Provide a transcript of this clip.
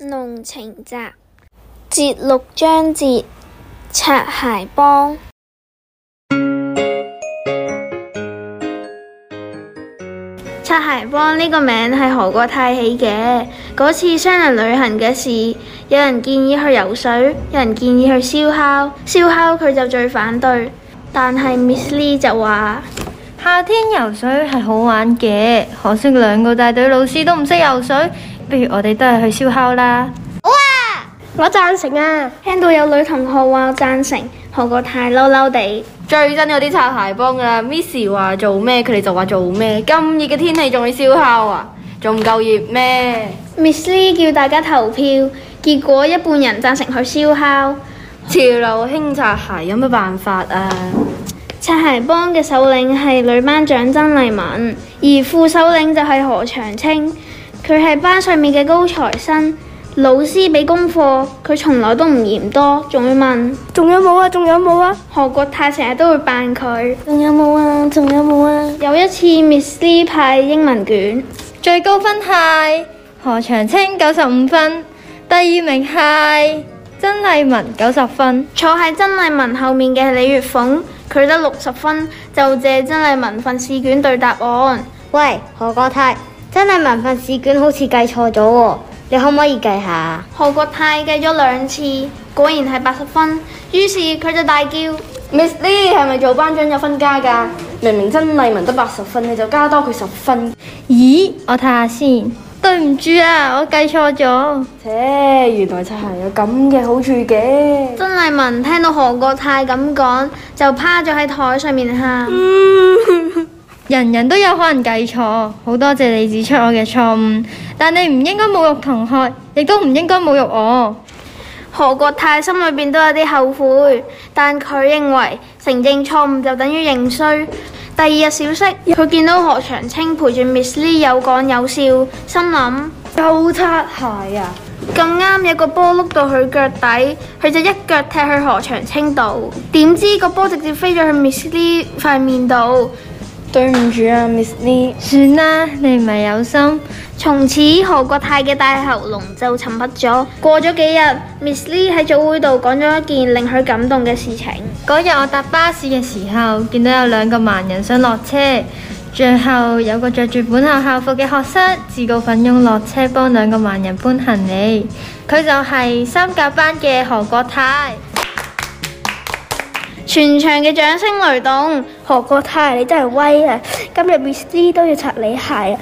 弄情集節錄章節擦鞋幫。擦鞋幫呢個名係韓國泰起嘅。嗰次雙人旅行嘅事，有人建議去游水，有人建議去燒烤。燒烤佢就最反對，但係 Miss Lee 就話。夏天游水係好玩嘅，可惜兩個帶隊老師都唔識游水，不如我哋都係去燒烤啦。我贊成啊！聽到有女同學話贊成，韓國太嬲嬲地。最憎嗰啲擦鞋幫噶啦，Miss 話做咩佢哋就話做咩，咁熱嘅天氣仲去燒烤啊，仲唔夠熱咩？ Miss Lee 叫大家投票，結果一半人贊成去燒烤。潮流興擦鞋有乜辦法啊？擦鞋幫嘅首領係女班長曾麗敏，而副首領就係何長青。佢係班上面嘅高材生，老師俾功課，佢從來都唔嫌多，仲會問仲有冇啊？仲有冇啊？何國泰成日都會扮佢。仲有冇啊？仲有冇啊？有一次 Miss Lee 派英文卷，最高分係何長青九十五分，第二名係曾麗文九十分。坐喺曾麗文後面嘅李月鳳，佢得六十分，就借曾麗文份試卷對答案。喂，何國泰，真係文份試卷好似計錯咗喎，你可唔可以計下？何國泰計咗兩次，果然係八十分，於是佢就大叫。 Miss Lee 係咪做班長有分加㗎？明明曾麗文得八十分，你就加多佢十分。咦，我睇下先。對唔住啊，我計錯咗。切，原來擦鞋有咁嘅好處嘅。曾麗文聽到何國泰咁講，就趴咗喺台上面喊。人人都有可能計錯，好多謝你指出我嘅錯誤，但你唔應該侮辱同學，亦都唔應該侮辱我。何國泰心裏邊都有啲後悔，但佢認為承認錯誤就等於認衰。第二日小息，佢見到何長青陪住 Miss Lee 有講有笑，心諗。夠擦鞋啊！咁啱有個波碌到佢腳底，佢就一腳踢去何長青度，點知個波直接飛咗去 Miss Lee 塊面度。對唔住啊，Miss Lee。算啦，你唔係有心。從此何國泰嘅大喉嚨就沉默咗。過咗幾日，Miss Lee 喺早會度講咗一件令佢感動嘅事情。嗰日我搭巴士嘅時候，見到有兩個盲人想落車，最後有個着住本校校服嘅學生自告奮勇落車幫兩個盲人搬行李，佢就係三甲班嘅何國泰。全場嘅掌聲雷動。何國泰，你真係威啊！今日 Miss Lee 都要擦你鞋啊！